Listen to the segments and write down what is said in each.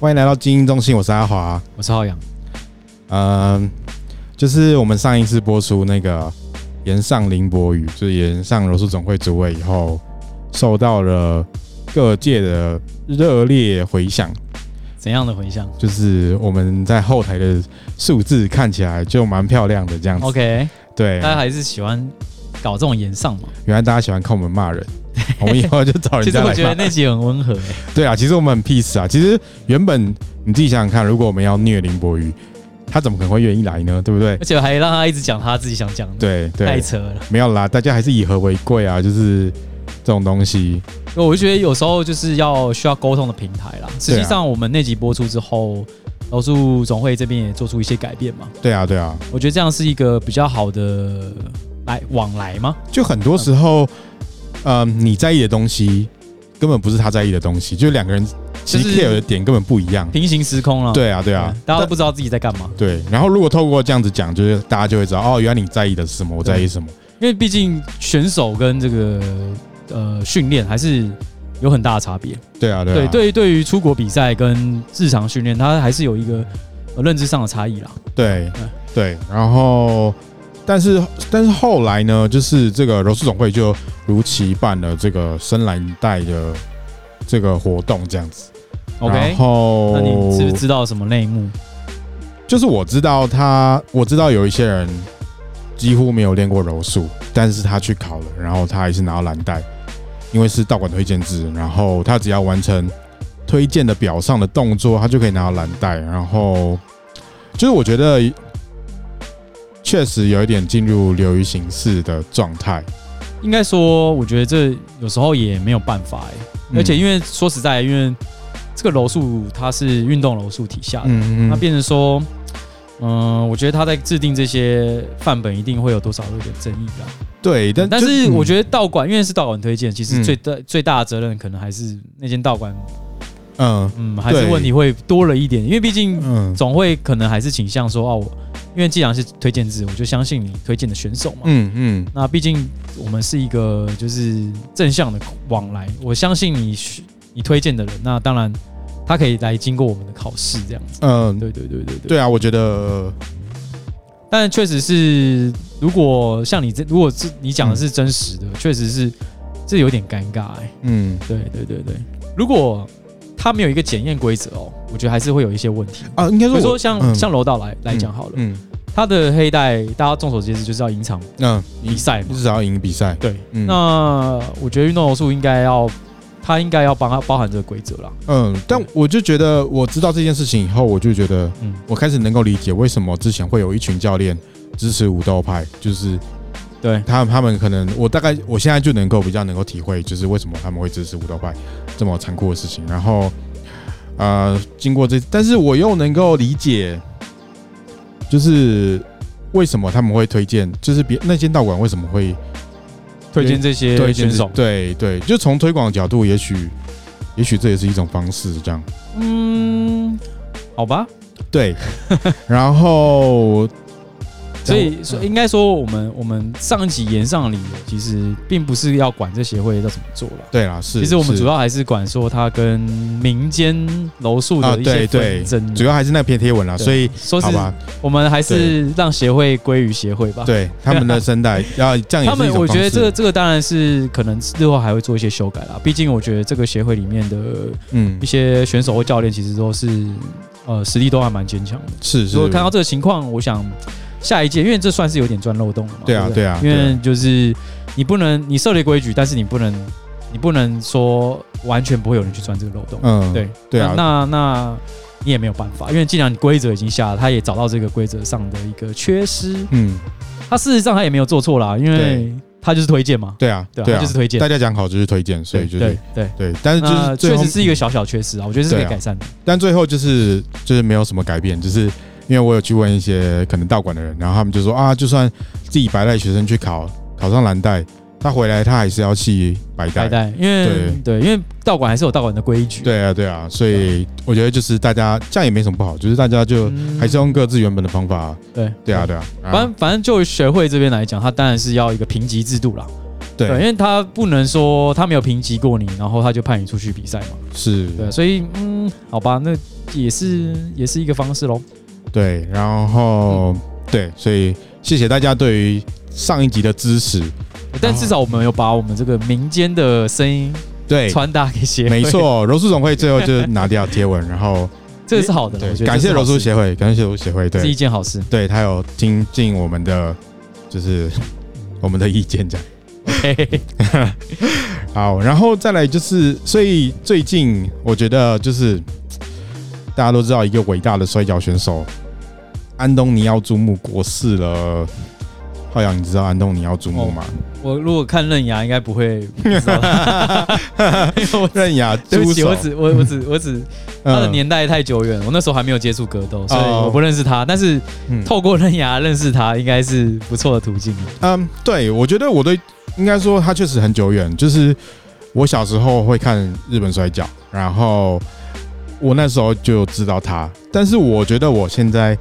欢迎来到精英中心，我是阿华。我是浩洋，嗯，就是我们上一次播出那个岩上林博宇，就是岩上柔术总会主委以后，受到了各界的热烈回响。怎样的回响就是我们在后台的数字看起来就蛮漂亮的这样子。 ？OK，啊对大，家还是喜欢搞这种演上嘛？原来大家喜欢看我们骂 人，我们以后就找哦人其实家我来觉得骂。那集很温和、 欸，对啊，其实我们很 peace 啊。其实原本你自己想想看，如果我们要虐林博宇，他怎么可能会愿意来呢？对不对？而且还让他一直讲他自己想讲的，对太对，扯了。没有啦，大家还是以和为贵啊，就是这种东西。我就觉得有时候就是要需要沟通的平台啊啦。实际上，我们那集播出之后，柔术总会这边也做出一些改变嘛。对啊，对啊，我觉得这样是一个比较好的来往来吗？就很多时候，呃，你在意的东西根本不是他在意的东西，就两个人其实就是 care 的点根本不一样。平行时空了，对啊，对啊，大家都但不知道自己在干嘛，对。然后如果透过这样子讲，就是大家就会知道哦，原来你在意的是什么，我在意什么。因为毕竟选手跟这个呃训练还是有很大的差别。对啊，对啊，对，对于对于出国比赛跟日常训练，它还是有一个呃认知上的差异啦。对嗯对，然后但是但是后来呢，就是这个柔术总会就如期办了这个深蓝带的这个活动，这样子。然 OK，后那你知不知道什么内幕？就是我知道他，我知道有一些人几乎没有练过柔术，但是他去考了，然后他还是拿到蓝带，因为是道馆推荐制，然后他只要完成推荐的表上的动作，他就可以拿到蓝带。然后就是我觉得确实有一点进入流于形式的状态，应该说，我觉得这有时候也没有办法哎、嗯而且因为说实在，因为这个柔术它是运动柔术体下的，嗯那变成说，嗯、我觉得他在制定这些范本一定会有多少会有点争议啦。对，但但是我觉得得道馆，因为是道馆推荐，其嗯实最大、最大的责任可能还是那间道馆，嗯嗯，还是对问题会多了一点，因为毕竟嗯总会可能还是倾向说哦，我因为既然是推荐制，我就相信你推荐的选手嘛。嗯嗯那毕竟我们是一个就是正向的往来，我相信你需你推荐的人，那当然他可以来经过我们的考试这样子。嗯，对对对对对。对啊，我觉得但确实是，如果像你这，如果是你讲的是真实的，确、实是这有点尴尬哎、嗯。对对对对，如果他没有一个检验规则哦，我觉得还是会有一些问题。啊，应该比说我如说像、嗯像楼道来来讲好了，嗯，他的黑带，大家众所皆知，就是要赢场嗯，比赛嘛。至少要赢比赛。对，嗯那我觉得运动柔术应该要，它应该要帮它包含这个规则啦。嗯，但我就觉得我知道这件事情以后，我就觉得嗯，我开始能够理解为什么之前会有一群教练支持武斗派，就是对，他他们可能我大概我现在就能够比较能够体会，就是为什么他们会支持武斗派这么残酷的事情。然后，呃，经过这，但是我又能够理解，就是为什么他们会推荐，就是别那间道馆为什么会推荐这些推荐选手，对对，就从推广的角度，也许也许这也是一种方式，这样。嗯，好吧。 对，然后嗯所以，所以应该说，我们我们上一集言上的理由，其实并不是要管这协会要怎么做了。对啦，是其实我们是主要还是管说它跟民间柔术啊的一对些对纷争。主要还是那篇贴文啦，对所以说是好吧，我们还是让协会归于协会吧。对他们的声 带，然后这样也他是一们，种我觉方得式这个这个当然是可能日后还会做一些修改啦。毕竟我觉得这个协会里面的嗯一些选手或教练其实都是呃实力都还蛮坚强的。是是如果看到这个情况，我想下一届，因为这算是有点钻漏洞了嘛。对啊不对啊因对为就是你不能你设立规矩，但是你不能你不能说完全不会有人去钻这个漏洞。嗯对对啊那那那你也没有办法，因为既然规则已经下了，他也找到这个规则上的一个缺失。嗯他事实上他也没有做错啦，因为对他就是推荐嘛，对啊对啊对他啊就是推荐大家讲好就是推荐，所以就是对对。对，但是就是那最确后实是一个小小缺失啊，我觉得是可以对啊改善的。但最后就是就是没有什么改变，就是因为我有去问一些可能道馆的人，然后他们就说啊，就算自己白带学生去考考上蓝带，他回来他还是要系白带拜。拜，因为对，因为道馆还是有道馆的规矩，对啊，对啊，所以我觉得就是大家这样也没什么不好，就是大家就嗯，还是用各自原本的方法。对对啊，。对啊，反正反正就学会这边来讲，他当然是要一个评级制度啦。因对为他不能说他没有评级过你，然后他就派你出去比赛嘛。是，对，所以嗯，好吧，那也是也是一个方式喽。对，然后、对，所以谢谢大家对于上一集的支持。但至少我们有把我们这个民间的声音对，传达给协会，哎没， 错，柔术总会最后就拿掉贴文，然后这个是好的啦，对我觉，得感谢柔术协会会，感谢柔术协会，是一对，件好事。对他有听进我们的就是 我们的意见这样。嘿嘿嘿 好，然后再来就是，所以最近我觉得就是大家都知道一个伟大的摔跤选手安东尼奥·朱木过世了。浩洋，你知道安东尼奥·朱木吗？我如果看刃牙，应该 不会不知道，因哦为我刃牙对不猪起，手我，只我我只我只他的年代太久远，了，我那时候还没有接触格斗，所以嗯哦我不认识他。但是嗯透过刃牙认识他，应该是不错的途径。嗯，对，我觉得我对应该说他确实很久远，就是我小时候会看日本摔跤，然后我那时候就知道他，但是我觉得我现在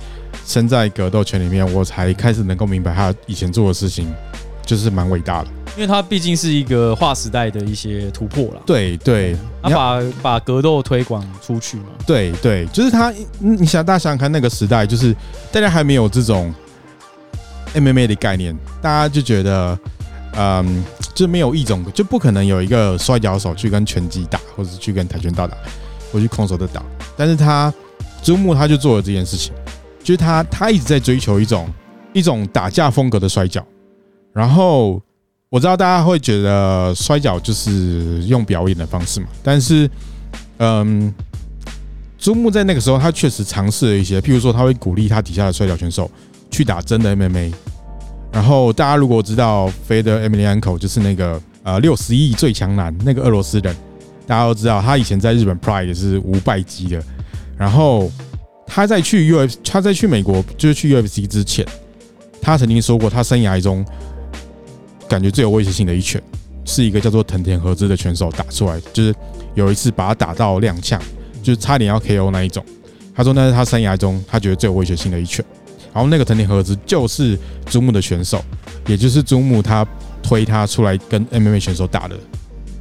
身在格斗圈里面，我才开始能够明白他以前做的事情就是蛮伟大的。因为他毕竟是一个划时代的一些突破啦。对对，他你要把把格斗推广出去嘛。对对，就是他，你你想大家想想看，那个时代就是大家还没有这种 MMA 的概念，大家就觉得，嗯，就没有一种就不可能有一个摔跤手去跟拳击打，或者是去跟跆拳道打，或去空手的打。但是他朱木他就做了这件事情，就是他他一直在追求一种一种打架风格的摔跤。然后我知道大家会觉得摔跤就是用表演的方式嘛，但是，嗯。朱木在那个时候，他确实尝试了一些，譬如说他会鼓励他底下的摔跤选手去打真的 MMA。然后大家如果知道 Fedor Emelianenko 就是那个呃六十亿最强男那个俄罗斯人，大家都知道他以前在日本 Pride 也是无败绩的。然后他在去 UFC，他在去美国就是去 UFC 之前，他曾经说过他生涯中感觉最有威胁性的一拳是一个叫做藤田和之的拳手打出来，就是有一次把他打到踉跄。就是差点要 KO 那一种。他说那是他生涯中他觉得最有威胁性的一拳。然后那个藤田和之就是珠穆的选手，也就是珠穆他推他出来跟 MMA 选手打的，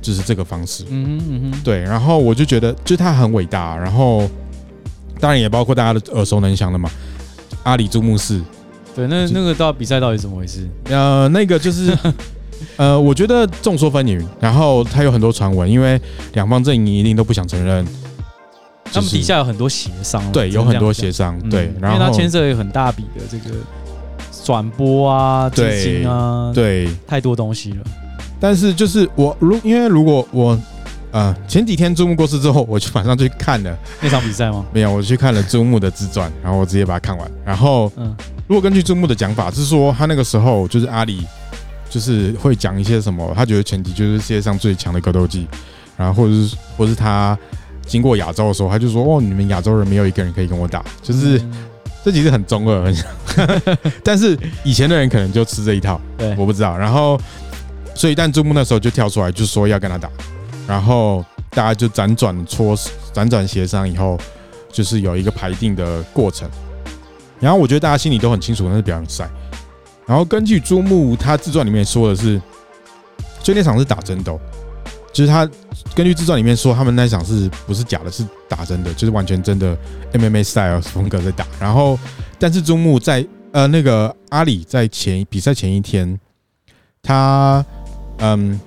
就是这个方式。嗯哼嗯哼，对，然后我就觉得，就他很伟大，啊然后当然也包括大家的耳熟能详的嘛，阿里珠穆斯，对，那那个到比赛到底怎么回事？呃，那个就是， 呃，我觉得众说纷纭，然后他有很多传闻，因为两方阵营一定都不想承认，就他们是底下有很多协商啊，对只有能很多这样协商，讲对嗯，然因为后他牵涉有很大笔的这个转播啊、资对金啊，，对，太多东西了。但是就是我如因为如果我呃前几天朱木过世之后，我就马上去看了，那场比赛吗？没有，我去看了朱木的自传，然后我直接把它看完。然后嗯，如果根据朱木的讲法，是说他那个时候就是阿里就是会讲一些什么，他觉得拳击就是世界上最强的格斗技，然后或者是或是他。经过亚洲的时候，他就说：“哦，你们亚洲人没有一个人可以跟我打，就是、嗯这其实很中二，很像。 但是以前的人可能就吃这一套，对，我不知道。然后，所以但朱木那时候就跳出来，就说要跟他打，然后大家就辗转磋辗转协商以后，就是有一个排定的过程。然后我觉得大家心里都很清楚那是表演赛。然后根据朱木他自传里面说的是，就那场是打真的哦、就是他根据自传里面说，他们那场是不是假的，是打真的，就是完全真的 MMA style 风格在打。然后，但是朱木在呃那个阿里在前比赛前一天，他嗯，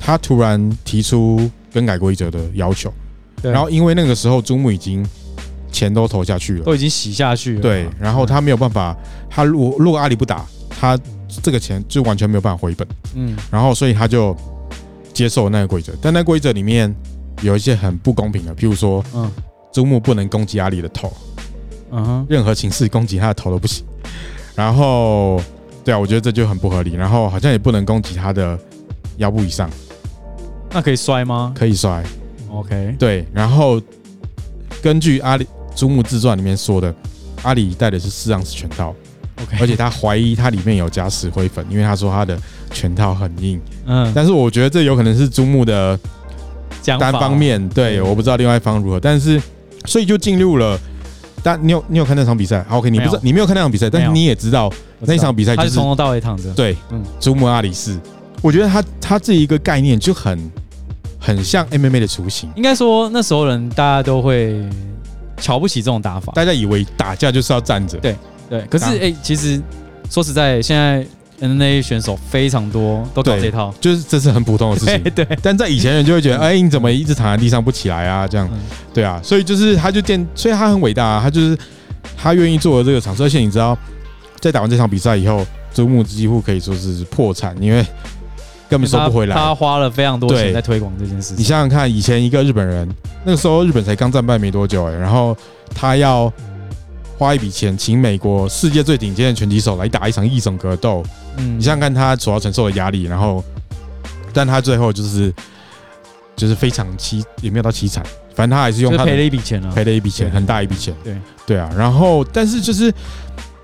他突然提出更改规则的要求，对然后因为那个时候朱木已经钱都投下去了，都已经洗下去了嘛。对，然后他没有办法，他如果如果阿里不打，他这个钱就完全没有办法回本，嗯，然后所以他就接受了那个规则，但那规则里面有一些很不公平的，譬如说嗯朱木不能攻击阿里的头，嗯哼，任何形式攻击他的头都不行。然后，对啊，我觉得这就很不合理。然后好像也不能攻击他的腰部以上，那可以摔吗可以摔。 ？OK，对，然后根据阿里朱木自传里面说的，阿里带的是四盎司拳 套， OK，而且他怀疑它里面有加石灰粉，因为他说他的拳套很硬。嗯，但是我觉得这有可能是朱木的讲法单方面，对，嗯我不知道另外一方如何，但是所以就进入了。但你有你有看那场比赛好？OK，你不啊没知有你没有看那场比赛，但是没有你也知道我知道那一场比赛他就就是从头到尾躺着。对，嗯朱姆阿里士，我觉得他他这一个概念就很很像 MMA 的雏形。应该说那时候人大家都会瞧不起这种打法。大家以为打架就是要站着，对，可是当哎、其实说实在，现在 NNA 选手非常多，都搞对这套。就是这是很普通的事 对情。对，但在以前人就会 觉得，哎、你怎么一直躺在地上不起来啊？这样嗯，对啊，所以就是他就见，所以他很伟大、啊，他就是他愿意做了这个尝试。而且你知道，在打完这场比赛以后，珠穆几乎可以说是破产，因为根本收不回他来。他花了非常多对钱在推广这件事你情。想想看，以前一个日本人，那个时候日本才刚战败没多久、哎，然后他要花一笔钱请美国世界最顶尖的拳击手来打一场异种格斗，嗯你想想看他所要承受的压力，然后，但他最后就是就是非常凄，也没有到凄惨，反正他还是用就他赔了的一笔钱啊。赔了一笔钱，对很大一笔钱，对对啊。然后，但是就是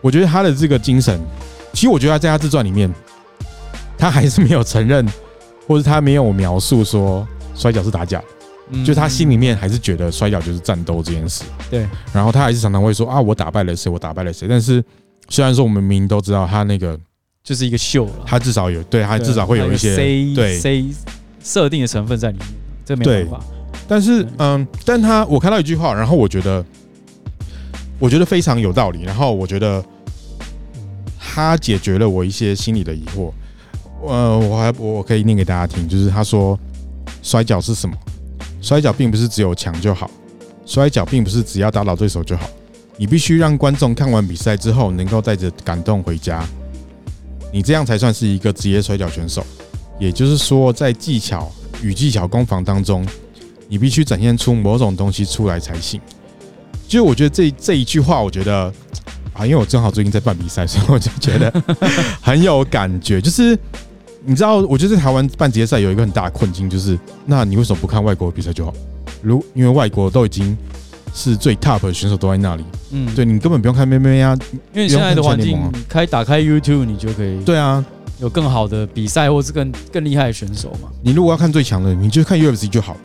我觉得他的这个精神，其实我觉得他在他自传里面，他还是没有承认，或者他没有描述说摔跤是打架，嗯就他心里面还是觉得摔跤就是战斗这件事。对，然后他还是常常会说啊，我打败了谁，我打败了谁。但是虽然说我们明明都知道他那个。就是一个秀了。他至少有，对他对至少会有一些 C 对 C 设定的成分在里面，这没对有办法。但是对嗯，但他我看到一句话，然后我觉得，我觉得非常有道理，然后我觉得他解决了我一些心里的疑惑。呃，我还我可以念给大家听，就是他说摔跤是什么？摔跤并不是只有强就好，摔跤并不是只要打倒对手就好，你必须让观众看完比赛之后能够带着感动回家，你这样才算是一个职业摔跤选手。也就是说，在技巧与技巧攻防当中，你必须展现出某种东西出来才行。就我觉得这这一句话，我觉得啊，因为我正好最近在办比赛， 所以我就觉得很有感觉。就是你知道，我觉得在台湾办职业赛有一个很大的困境，就是那你为什么不看外国比赛就好？如因为外国都已经是最 top 的选手都在那里，嗯，对，你根本不用看妹妹啊，因为现在的环不用境看，开打开 YouTube 你就可以对啊，有更好的比赛，或是更更厉害的选手嘛。你如果要看最强的，你就看 UFC 就好。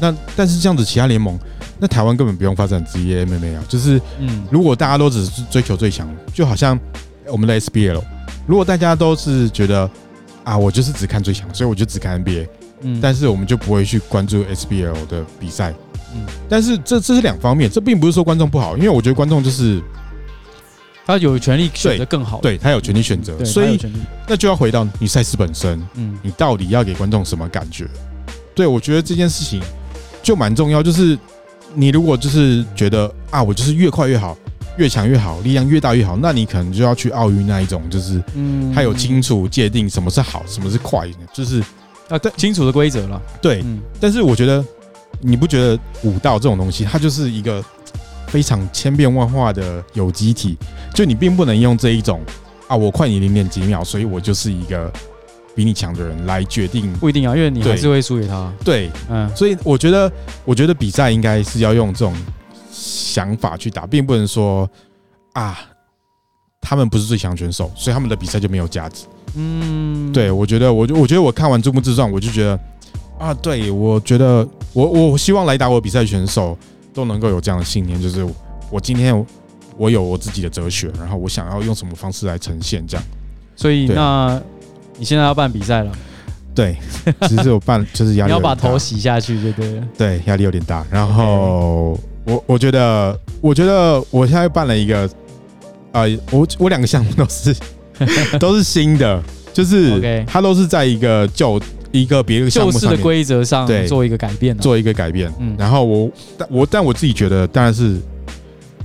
那但是这样子，其他联盟，那台湾根本不用发展职业 MMA 啊。就是嗯，如果大家都只是追求最强，就好像我们的 SBL，如果大家都是觉得啊，我就是只看最强，所以我就只看 NBA，嗯但是我们就不会去关注 SBL 的比赛。嗯但是这这是两方面，这并不是说观众不好，因为我觉得观众就是他有权利选择更好的，对他有权利选择，对，所他有以权利那就要回到你赛事本身。嗯，你到底要给观众什么感觉？对我觉得这件事情就蛮重要，就是你如果就是觉得啊，我就是越快越好，越强越好，力量越大越好，那你可能就要去奥运那一种，就是嗯，它有清楚界定什么是好，什么是快，就是啊对清楚的规则了。对。嗯，但是我觉得你不觉得武道这种东西，它就是一个非常千变万化的有机体，就你并不能用这一种啊，我快你零点几秒，所以我就是一个比你强的人来决定。不一定啊，因为你对还是会输给他。对，嗯，所以我觉得，我觉得比赛应该是要用这种想法去打，并不能说啊，他们不是最强选手，所以他们的比赛就没有价值。嗯，对我觉得，我就我觉得我看完《珠穆自传》，我就觉得啊，对我觉得我我希望来打我比赛的选手都能够有这样的信念，就是我今天我有我自己的哲学，然后我想要用什么方式来呈现这样。所以对那你现在要办比赛了，对，其实我办就是压 力你有要点大，把头洗下去就对了。对，压力有点大。然后我我觉得，我觉得我现在办了一个，呃，我我两个项目都 是都是新的，就是 OK 它都是在一个旧一个别的项目旧式上的面规则上对做一个改变啊，做一个改变。嗯然后我但我但我自己觉得当然是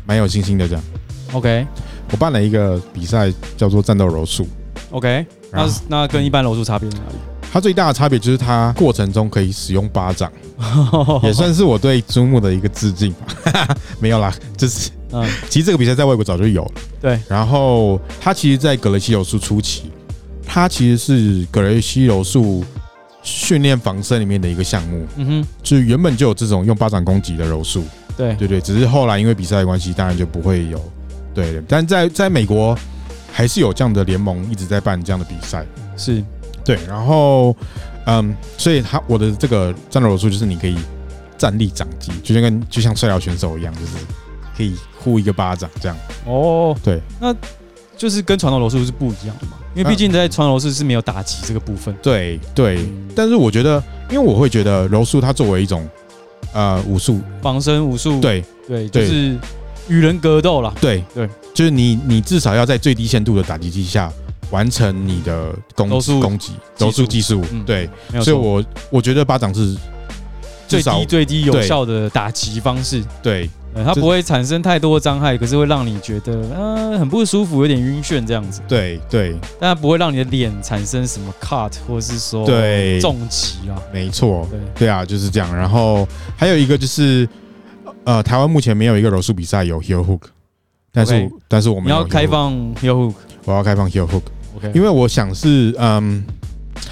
蛮有信心的。这样， OK 我办了一个比赛叫做战斗柔术， OK，那然后那跟一般柔术差别在哪里？它最大的差别就是它过程中可以使用巴掌， 哦也算是我对珠穆的一个致敬吧。 没有啦，就是。嗯其实这个比赛在外国早就有了，对。然后它其实，在格雷西柔术初期，它其实是格雷西柔术训练防身里面的一个项目，嗯哼，就是原本就有这种用巴掌攻击的柔术，对，对对，只是后来因为比赛的关系，当然就不会有，对。但在在美国还是有这样的联盟一直在办这样的比赛，是对。然后，嗯，所以他我的这个战斗柔术就是你可以站立掌击，就像跟就像摔跤选手一样，就是可以呼一个巴掌这样。哦，对，那就是跟传统柔术是不一样的嘛，因啊为毕竟在传统柔术是没有打击这个部分。对对，嗯但是我觉得，因为我会觉得柔术它作为一种呃武术，防身武术，对对，就对是与人格斗啦。对对，就是你你至少要在最低限度的打击技下完成你的攻柔术攻击柔术技术嗯，对，没有所以错，我我觉得巴掌是最至少低最低有对效的打击方式，对呃它就是不会产生太多的伤害，可是会让你觉得呃很不舒服，有点晕眩这样子，对对，但它不会让你的脸产生什么 cut 或是说对哦重击啊。没错，对，对啊，就是这样。然后还有一个就是，呃，台湾目前没有一个柔术比赛有 heel hook，但是 OK 但是我你们有要 heel 开 hook，放 Yahoo，我要开放 heel hook， OK，因为我想是，嗯，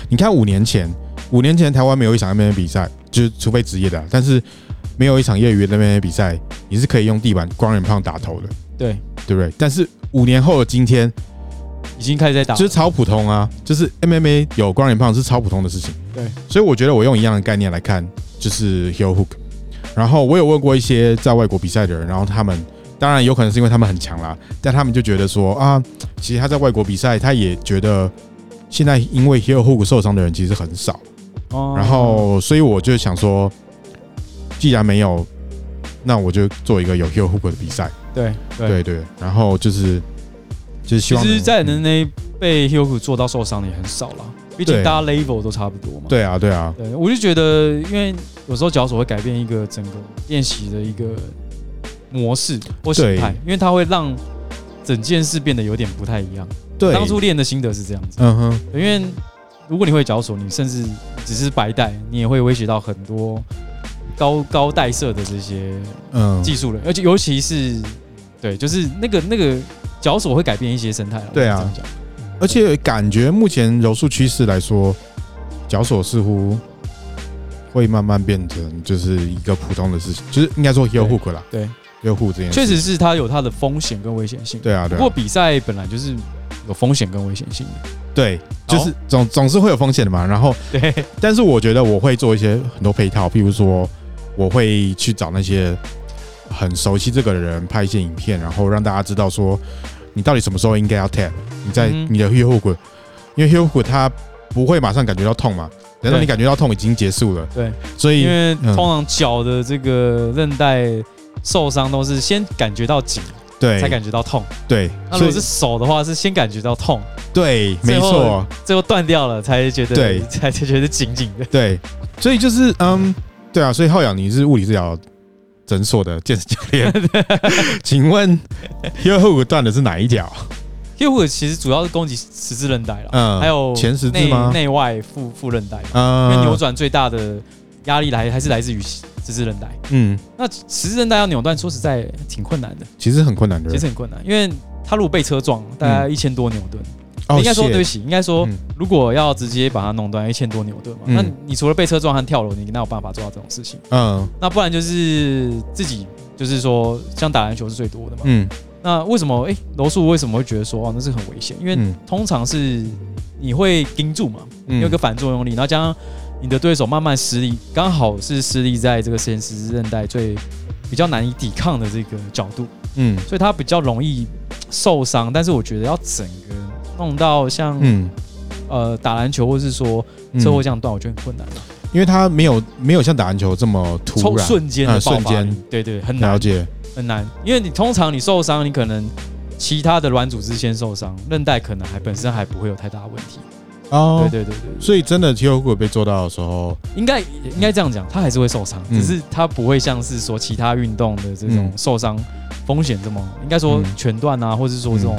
你看五年前，五年前台湾没有一场 MMA 比赛，就是除非职业的啊，但是没有一场业余的 MMA 比赛，你是可以用地板光人胖打头的，对对不对？但是五年后的今天，已经开始在打了，就是超普通啊，就是 MMA 有光脸胖是超普通的事情。对，所以我觉得我用一样的概念来看，就是 heel hook。然后我有问过一些在外国比赛的人，然后他们当然有可能是因为他们很强啦，但他们就觉得说啊，其实他在外国比赛，他也觉得现在因为 heel hook 受伤的人其实很少。哦然后，所以我就想说，既然没有，那我就做一个有 heel hook 的比赛。对对对对，然后就是就是希其望实，在能人类被 Hugo 做到受伤的也很少了，毕竟对大家 level 都差不多嘛。对啊对啊对，我就觉得，因为有时候脚手会改变一个整个练习的一个模式或形态对，因为它会让整件事变得有点不太一样。对，当初练的心得是这样子，嗯哼。对因为如果你会脚手，你甚至只是白带，你也会威胁到很多高高带色的这些嗯，技术人，而且尤其是对，就是那个那个脚手会改变一些生态啦。对啊我这样讲而且感觉目前柔术趋势来说，脚手似乎会慢慢变成就是一个普通的事情，就是应该说 heel hook 啦对， ，heel hook 这件事确实是它有它的风险跟危险性。对啊，不对过啊，比赛本来就是有风险跟危险性的。对，就是总总是会有风险的嘛。然后，对，但是我觉得我会做一些很多配套，譬如说我会去找那些很熟悉这个的人拍一些影片，然后让大家知道说你到底什么时候应该要 tap，你在嗯哼你的 heel hook，因为 heel hook 它不会马上感觉到痛嘛，等到对你感觉到痛已经结束了，对，所以 因为嗯通常脚的这个韧带受伤都是先感觉到紧，对才感觉到痛。对，那如果是手的话，是先感觉到痛，对，没最后错，最后断掉了才觉得，对 才才觉得紧紧 的。对，所以就是嗯，对啊，所以浩洋你是物理治疗诊所的健身教 练，请问 heel hook 断的是哪一脚？因为我其实主要是攻击十字韧带了，嗯还有前十字内吗内外副副韧带嘛，因嗯，为扭转最大的压力来还是来自于十字韧带。嗯，那十字韧带要扭断，说实在挺困难的，其实很困难的其，实很困难，因为它如果被车撞，大概一千多牛顿。嗯哦应该说谢对不起，应该说嗯如果要直接把它弄断，一千多牛顿嘛，嗯那你除了被车撞和跳楼，你哪有办法做到这种事情？嗯那不然就是自己，就是说像打篮球是最多的嘛。嗯那为什么诶柔术为什么会觉得说哦那是很危险？因为嗯通常是你会盯住嘛，嗯，你有一个反作用力，然后加上你的对手慢慢施力，刚好是施力在这个先十字韧带最比较难以抵抗的这个角度，嗯所以它比较容易受伤。但是我觉得要整个弄到像、嗯呃打篮球或是说嗯车祸这样断，我觉得很困难，因为它没有没有像打篮球这么突抽然，瞬间的嗯爆发瞬力间，对对，啊很难了解，很难，因为你通常你受伤，你可能其他的软组织先受伤，韧带可能还本身还不会有太大的问题。哦嗯对，对对对对，所以真的 heel hook 被做到的时候，应该应该这样讲，他还是会受伤，嗯只是他不会像是说其他运动的这种嗯受伤风险这么，应该说嗯全断啊，或是说这种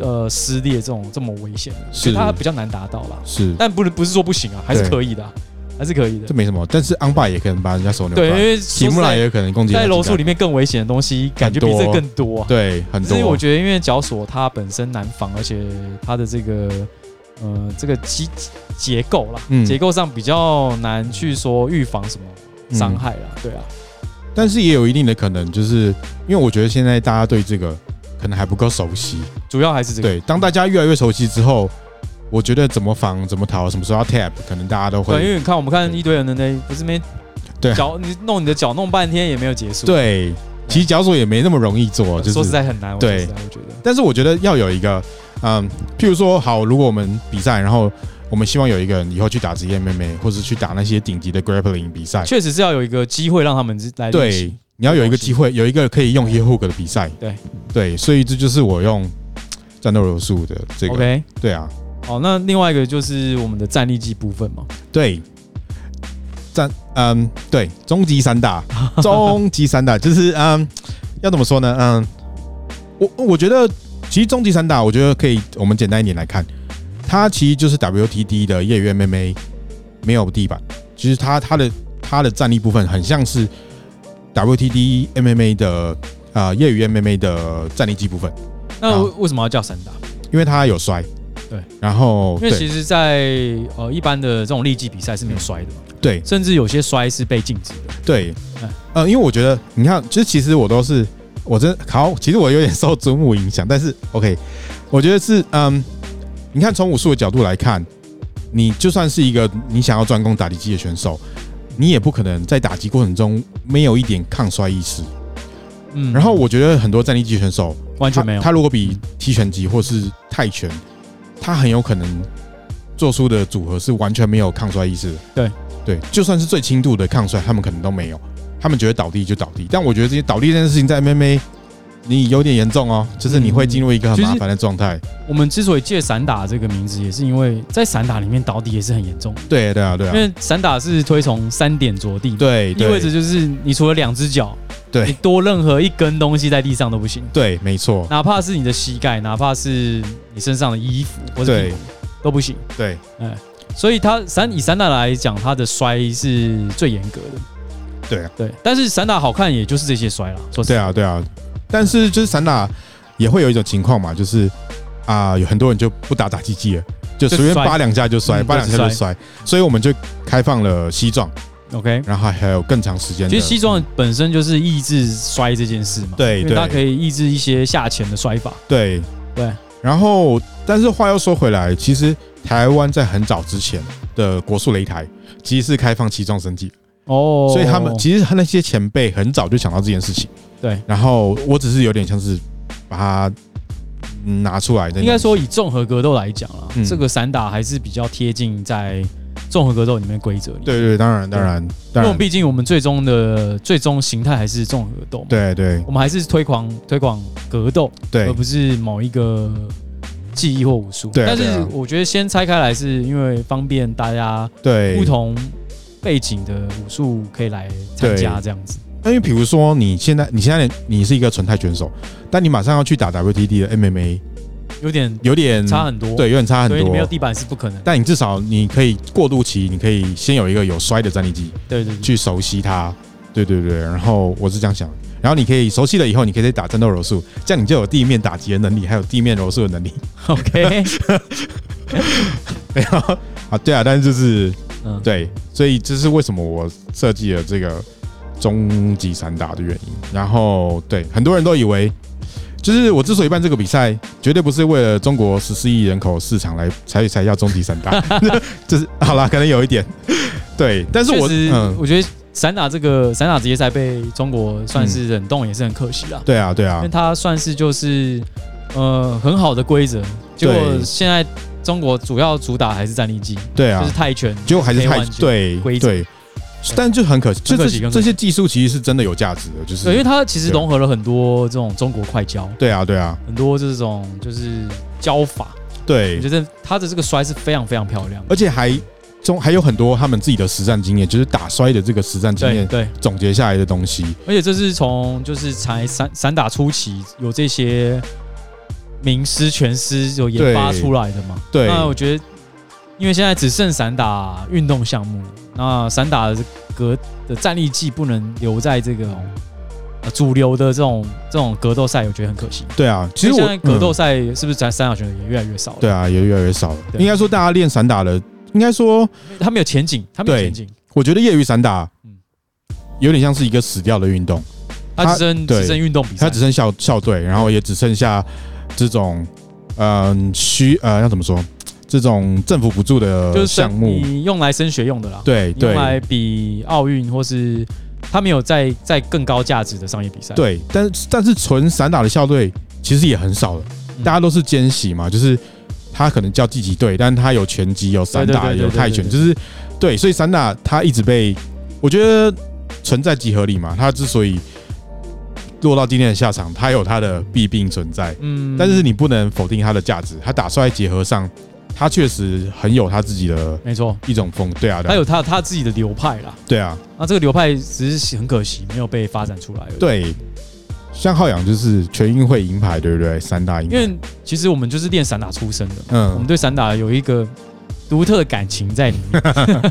呃撕裂这种这么危险，所是以他比较难达到啦。是但不能不是说不行啊，还是对可以的啊，还是可以的这。没什么，但是 on bar 也可能把人家手扭对，因断，为提说实木兰在也可能攻击人家在柔鸡术蛋里面更危险的东西，感觉比啊很多这更多啊。对，很多。所以我觉得，因为脚锁它本身难防，而且它的这个呃这个机结构啦，嗯结构上比较难去说预防什么伤害啦，对啊，嗯但是也有一定的可能，就是因为我觉得现在大家对这个可能还不够熟悉。主要还是这个。对，当大家越来越熟悉之后，我觉得怎么防、怎么逃、什么时候要 tap，可能大家都对，因会为你看，我们看一堆人呢，不是没对啊脚，你弄你的脚弄半天也没有结束。对。其实脚锁也没那么容易做，就说实是。在很难。我对说实在我觉得但是我觉得要有一个，嗯，譬如说，好，如果我们比赛，然后我我们希望有一个人以后去打职业妹妹，或者去打那些顶级的 grappling 比赛，确实是要有一个机会让他们来练习对，你要有一个机会，有一个可以用 heel hook 的比赛，对对，所以这就是我用战斗柔术的这个， OK，对啊，好，那另外一个就是我们的战力技部分嘛，对，战嗯对，终极散 打，终极散打就是嗯要怎么说呢？嗯，我我觉得其实终极散打，我觉得可以我们简单一点来看，它其实就是 WTD 的业余 MMA 没有地板，其实它它的它的战力部分很像是 WTD MMA 的啊、呃业余 MMA 的战力技部分，那好为为什么要叫散打？因为它有摔，对，然后因为对其实在，呃一般的这种力技比赛是没有摔的嘛，对甚至有些摔是被禁止的。对嗯，呃，因为我觉得，你看，就其实我都是，我真好，其实我有点受祖母影响，但是 OK，我觉得是，嗯，你看从武术的角度来看，你就算是一个你想要专攻打击技的选手，你也不可能在打击过程中没有一点抗摔意识。嗯然后我觉得很多战力技选手，完他全没有他，如果比踢拳击或是泰拳，他很有可能做出的组合是完全没有抗摔意识的。对对，就算是最轻度的抗摔，他们可能都没有，他们觉得倒地就倒地。但我觉得这些倒地这件事情在 MMA 你有点严重哦，就是你会进入一嗯个很麻烦的状态。我们之所以借散打这个名字，也是因为在散打里面倒地也是很严重的，对对啊对啊因，为散打是推崇三点着地嘛，对意味着对就是你除了两只脚，你对多任何一根东西在地上都不行，对，没错，哪怕是你的膝盖，哪怕是你身上的衣服或者对都不行。哎对所以它散以散打来讲，它的摔是最严格的。对啊对，但是散打好看，也就是这些摔啦。说实对在，啊对啊。但是就是散打也会有一种情况嘛，就是啊、有很多人就不打打击技了。就就随便摔扒两下就摔，嗯扒两下就就摔摔，所以我们就开放了西装， OK。然后还有更长时间的。其实西装本身就是抑制摔这件事嘛，对因为对它可以抑制一些下潜的摔法。对对。然后，但是话又说回来，其实台湾在很早之前的国术擂台其实是开放西装升级，哦，所以他们其实他那些前辈很早就想到这件事情。对。然后我只是有点像是把它嗯拿出来的，应该说以综合格斗来讲啦，嗯这个散打还是比较贴近在综合格斗里面的规则里面。对对，当然当然因当为我们然，毕竟我们最终的最终形态还是综合格斗嘛，对对我们还是推广推广格斗，而对不是某一个技艺或武术。对啊但对是啊我觉得先拆开来，是因为方便大家对，不同背景的武术可以来参加这样子。因为比如说你现在你现在你是一个纯泰拳手，但你马上要去打 WTD 的 MMA，有点有点差很多，嗯对，有点差很所以你没有多。地板是不可能的。但你至少你可以过渡期，你可以先有一个有摔的战力技对对对，去熟悉它。对对对，然后我是这样想，然后你可以熟悉了以后，你可以再打战斗柔术，这样你就有地面打击的能力，还有地面柔术的能力。 OK， 没有啊，对啊，但是就是嗯，对，所以这是为什么我设计了这个终极散打的原因。然后对，很多人都以为，就是我之所以办这个比赛，绝对不是为了中国十四亿人口市场来才才叫终极散 打，就是好啦，可能有一点对，但是确我实，嗯，我觉得散打这个散打职业赛被中国算是冷冻，也是很可惜啦。对啊，对因啊为，它算是就是呃很好的规则，结果对现在中国主要主打还是战力技，对就啊是，泰拳，结果还是台太湾拳对规则对，但就很可惜，就很这可惜很可这些技术其实是真的有价值的，就是对，因为它其实对融合了很多这种中国快教，对啊，对啊，很多这种就是教法，对我觉，得它的这个摔是非常非常漂亮的。而且还中还有很多他们自己的实战经验，就是打摔的这个实战经对验对，总结下来的东西。而且这是从就是才散散打初期有这些名师拳师有研发对出来的嘛。对那我觉得，因为现在只剩散打运动项目了，那散打的格的战力技不能留在这个、呃、主流的这种呃这种格斗赛，我觉得很可惜。对啊，其实因为我现在格斗嗯赛是不是在散打选手也越来越少了？对，啊也越来越少了。对应该说大家练散打的，应该说他没有前景，他没有对前景，我觉得业余散打嗯有点像是一个死掉的运动，他只剩对只剩运动比赛它只。剩校校队，然后也只剩下这种嗯虚呃要怎么说这种政府补助就是的项升目。你用来升学用的啦，对用对来比奥运或是他没有在在更高价值的商业比赛。，对，但但是纯散打的校队其实也很少了，嗯大家都是兼习嘛，就是他可能叫第几队，但他有拳击、有散打、对对对对有泰拳，就是对，所以散打它一直被我觉得存在即合理嘛，它之所以落到今天的下场，它有它的弊病存在，嗯，但是你不能否定它的价值，它打摔结合上，它确实很有它自己的没错，一种风，对啊，对他啊，有他他自己的流派啦。对啊，那这个流派只是很可惜没有被发展出来而已。对，像浩洋就是全运会银牌，对不对？散打银牌，因为其实我们就是练散打出身的，我们嗯对散打有一个独特的感情在里面，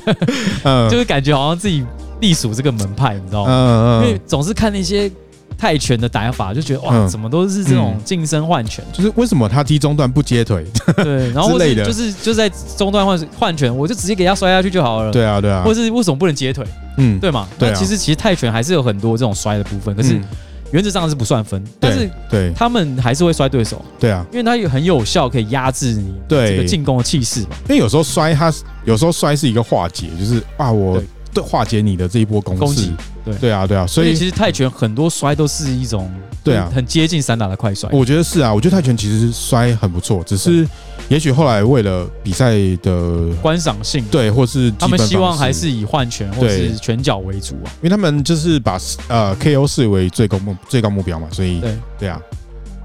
嗯就是感觉好像自己隶属这个门派，你知道吗？因嗯为嗯，总是看那些泰拳的打法，就觉得哇，嗯怎么都是这种近身换拳，就是为什么他踢中段不接腿？对，然后嗯或之类是的就是就在中段换换拳，我就直接给他摔下去就好了。。对啊，对啊或，是为什么不能截腿，嗯，对嘛？对啊那其实其实泰拳还是有很多这种摔的部分，可是嗯原则上是不算分，但是对他们还是会摔对手，对啊，因为他有很有效可以压制你这个对，进攻的气势嘛。因为有时候摔他，有时候摔是一个化解，就是啊，我对对化解你的这一波攻攻势击，对对啊，对啊，所所以以其实泰拳很多摔都是一种对啊很接近散打的快摔。我觉得是啊，我觉得泰拳其实摔很不错，只是也许后来为了比赛的观赏性，对，或是基他们本希望方式还是以换拳或对是拳脚为主啊。因为他们就是把呃 KO 视为最高目最高目标嘛，所以对，对啊。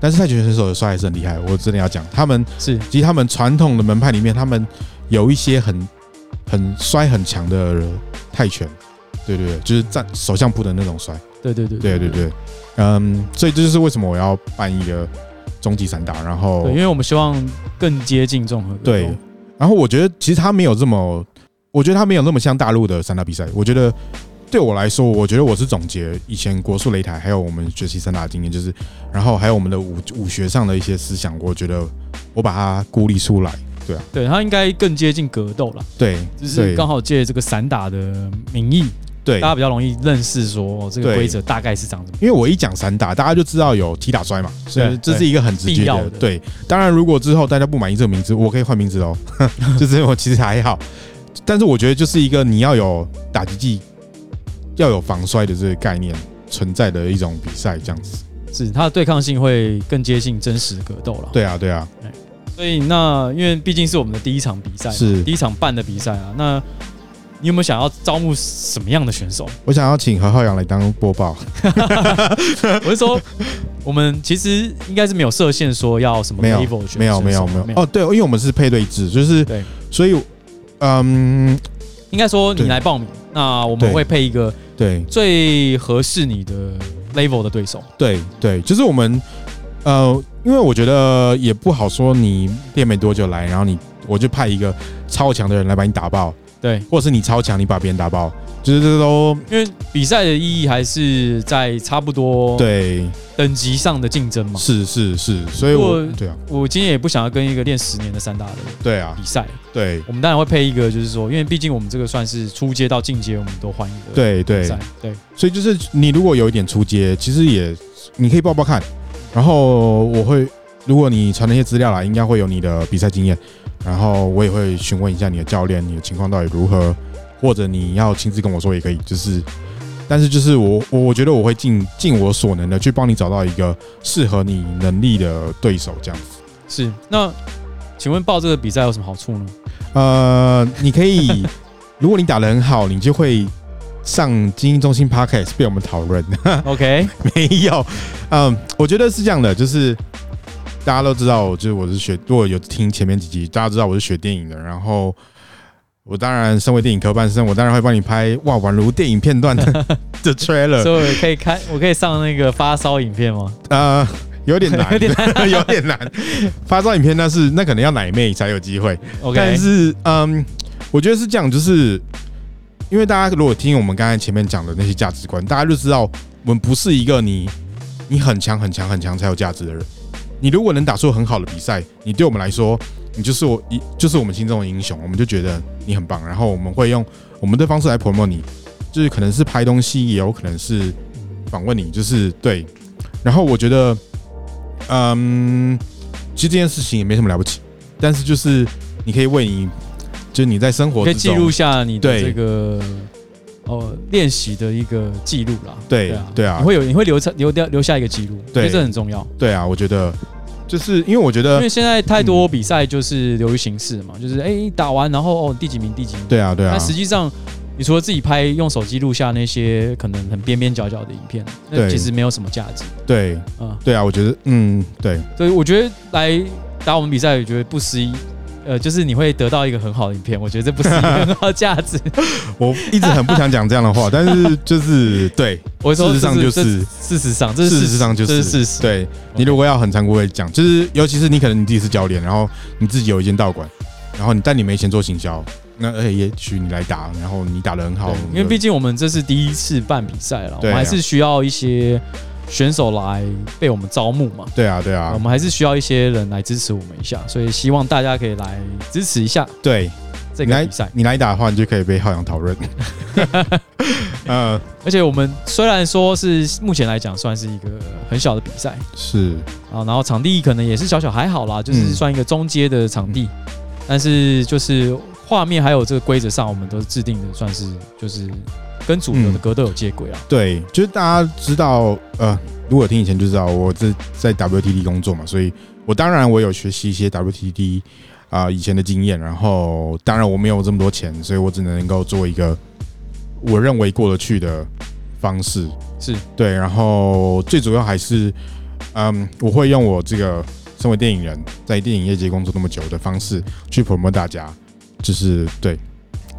但是泰拳选手的摔还是很厉害，我真的要讲，他们是其实他们传统的门派里面，他们有一些很很摔很强的泰拳，对对对，就是站手相扑的那种摔，对对对对对对，嗯，所以这就是为什么我要办一个终极散打，然后对，因为我们希望更接近综合格斗。对，然后我觉得其实他没有这么，我觉得他没有那么像大陆的散打比赛。我觉得对我来说，我觉得我是总结以前国术擂台，还有我们学习散打的经验，就是然后还有我们的武武学上的一些思想，我觉得我把它孤立出来。对他应该更接近格斗了，对，只对是刚好借这个散打的名义，对大，家比较容易认识说哦这个对规则大概是长什么。因为我一讲散打，大家就知道有踢打摔嘛，所以对这是一个很直接必的。要的对，当然如果之后大家不满意这个名字，我可以换名字 哦，就是我其实还好，但是我觉得就是一个你要有打击技，要有防摔的这个概念存在的一种比赛，这样子。是它的对抗性会更接近真实格斗了。，对啊，对啊，所以那因为毕竟是我们的第一场比赛嘛，是第一场办的比赛啊，那你有没有想要招募什么样的选手？我想要请何浩洋来当播报。我是说，我们其实应该是没有设限说要什么没有 level 的选没有，没有，选手没有。哦，对，因为我们是配对制，就是对，所以，嗯，应该说你对来报名，那我们对会配一个对，最合适你的 level 的对手。对对，就是我们呃，因为我觉得也不好说你练没多久来，然后你我就派一个超强的人来把你打爆，对，或者是你超强你把别人打爆，就是这都因为比赛的意义还是在差不多对，等级上的竞争嘛。是是是，所以如我果对啊我今天也不想要跟一个练十年的散打的对啊比赛，对我们当然会配一个，就是说，因为毕竟我们这个算是初阶到进阶，我们都欢迎的对对比，赛。对，所以就是你如果有一点出街，其实也你可以报报看，然后我会如果你传了一些资料来，应该会有你的比赛经验，然后我也会询问一下你的教练你的情况到底如何，或者你要亲自跟我说也可以，就是。但是就是我我我觉得我会尽尽我所能的去帮你找到一个适合你能力的对手，这样子。是。那请问报这个比赛有什么好处 呢？呃，你可以，如果你打得很好，你就会上精英中心 podcast 被我们讨论。 OK，没有，嗯，我觉得是这样的，就是大家都知道，就是我是学，如果有听前面几集，大家知道我是学电影的，然后我当然身为电影科班生，我当然会帮你拍哇，宛如电影片段 的的 trailer，所以我可以看，我可以上那个发烧影片吗？呃，有点难， 有点 有点难，发照影片那是那可能要奶妹才有机会，但 OK，是嗯，我觉得是这样，就是因为大家如果听我们刚才前面讲的那些价值观，大家就知道我们不是一个你你很强很强很强才有价值的人。你如果能打出很好的比赛，你对我们来说，你就是我一就是我们心中的英雄，我们就觉得你很棒，然后我们会用我们的方式来 promote 你，就是可能是拍东西，也有可能是访问你，就是对。然后我觉得，嗯，其实这件事情也没什么了不起，但是就是你可以为你，就是你在生活可之以中记录下你的对这个哦练习的一个记录啦。对啊，对啊你会有你会留下留掉留下一个记录，我觉得对这很重要。对啊，我觉得就是因为我觉因得为，现在太多比赛就是流于形式嘛，就是哎、打完然后哦第几名第几名。、嗯对啊，对啊但，实际上，你除了自己拍用手机录下那些可能很边边角角的影片，那对其实没有什么价值对啊、对啊，我觉得，嗯，对，所以我觉得来打我们比赛，我觉得不失一。呃，就是你会得到一个很好的影片，我觉得这不是一个很好的价 值。我一直很不想讲这样的 话，但是就是对，我说事实上这就是这事实上，这是事实上就这是是事实。对你如果要很残酷的讲，就是尤其是你可能你自己是教练，然后你自己有一间道馆，然后你但你没钱做行销，那而且也许你来打，然后你打得很好对，，因为毕竟我们这是第一次办比赛了，我对啊们还是需要一些选手来被我们招募嘛。对啊对我啊们还是需要一些人来支持我们一下，所以希望大家可以来支持一下对，这你个来比赛。你来打的话，你就可以被浩洋讨 论。呃，而且我们虽然说是目前来讲算是一个很小的比赛是啊，然后场地可能也是小小还好啦，就是嗯算一个中阶的场地，但是就是画面还有这个规则上，我们都制定的算是就是跟主流嗯的格斗有接轨啊。对，就是大家知道，呃，如果有听以前就知道我这在 WTD 工作嘛，所以我当然我有学习一些 WTD 啊、以前的经验，然后当然我没有这么多钱，所以我只能够做一个我认为过得去的方式，是对，然后最主要还是，嗯，我会用我这个身为电影人在电影业界工作那么久的方式去 promote 大家，就是对，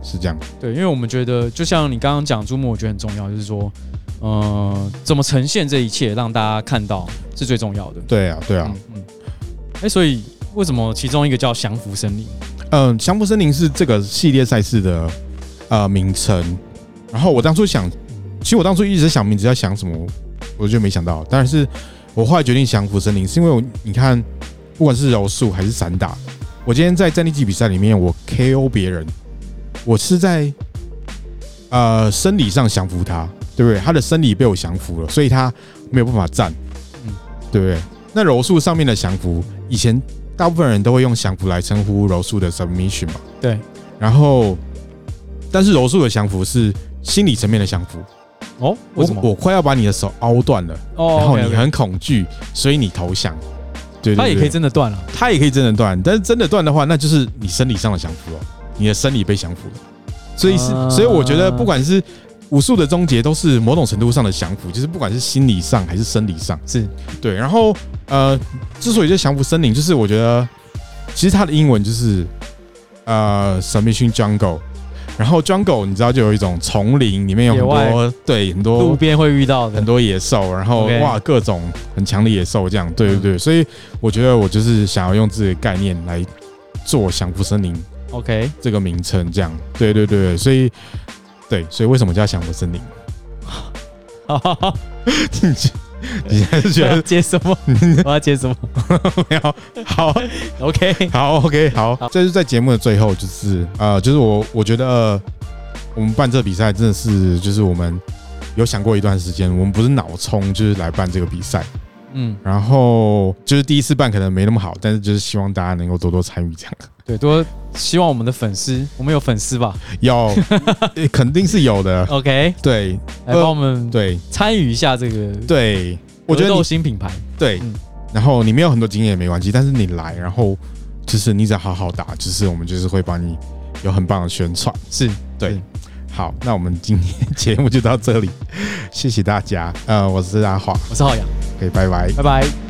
是这样，对，因为我们觉得，就像你刚刚讲，朱木，我觉得很重要，就是说，呃，怎么呈现这一切，让大家看到是最重要的。对啊，对啊，嗯嗯。哎、所以为什么其中一个叫降服森林？嗯，降服森林是这个系列赛事的呃名称。然后我当初想，其实我当初一直在想名字要想什么，我就没想到。但是我后来决定降服森林，是因为我你看，不管是柔术还是散打，我今天在战力技比赛里面我 KO 别人，我是在呃生理上降服他，对不对？他的生理被我降服了，所以他没有办法站，嗯嗯，对不对？那柔术上面的降服，以前大部分人都会用降服来称呼柔术的 submission 嘛。对。然后，但是柔术的降服是心理层面的降服。哦，为我什么？我快要把你的手凹断了，哦然后你 OK，OK 很恐惧，所以你投降。对对对，它也可以，真的断了。他也可以真的断，但是真的断的话，那就是你生理上的降服了，你的生理被降服了。所以是，啊所以我觉得不管是武术的终结，都是某种程度上的降服，就是不管是心理上还是生理上。是对，然后呃，之所以叫降服森林，就是我觉得其实它的英文就是呃 submission jungle，然后 jungle 你知道就有一种丛林，里面有很野多对很路多边会遇到的哦很。多野兽，然后 OK 嗯哇各种很强的野兽这样，对对对，所以我觉得我就是想要用这个概念来做降服森林 OK， 这个名称，这样，对对对，所以对，所以为什么叫降服 森林？好好好，你你还是觉我要得 接什么？我要接什么没有好？ ？OK，好，OK，好，好这是在节目的最后，就是呃，就是我我觉得、呃我们办这比赛真的是，就是我们有想过一段时间，我们不是脑冲，就是来办这个比赛，嗯，然后就是第一次办可能没那么好，但是就是希望大家能够多多参与这样。对，多希望我们的粉丝，我们有粉丝吧有，呃肯定是有的， ？OK，对来呃帮我们对参与一下这个对，我觉得格你斗新品牌。对嗯，然后你没有很多经验也没关系，但是你来，然后就是你只要好好打，就是我们就是会帮你有很棒的宣传。是对是，好，那我们今天 节目就到这里，谢谢大家，呃，我是阿华我是浩洋， ，OK，拜拜。拜拜。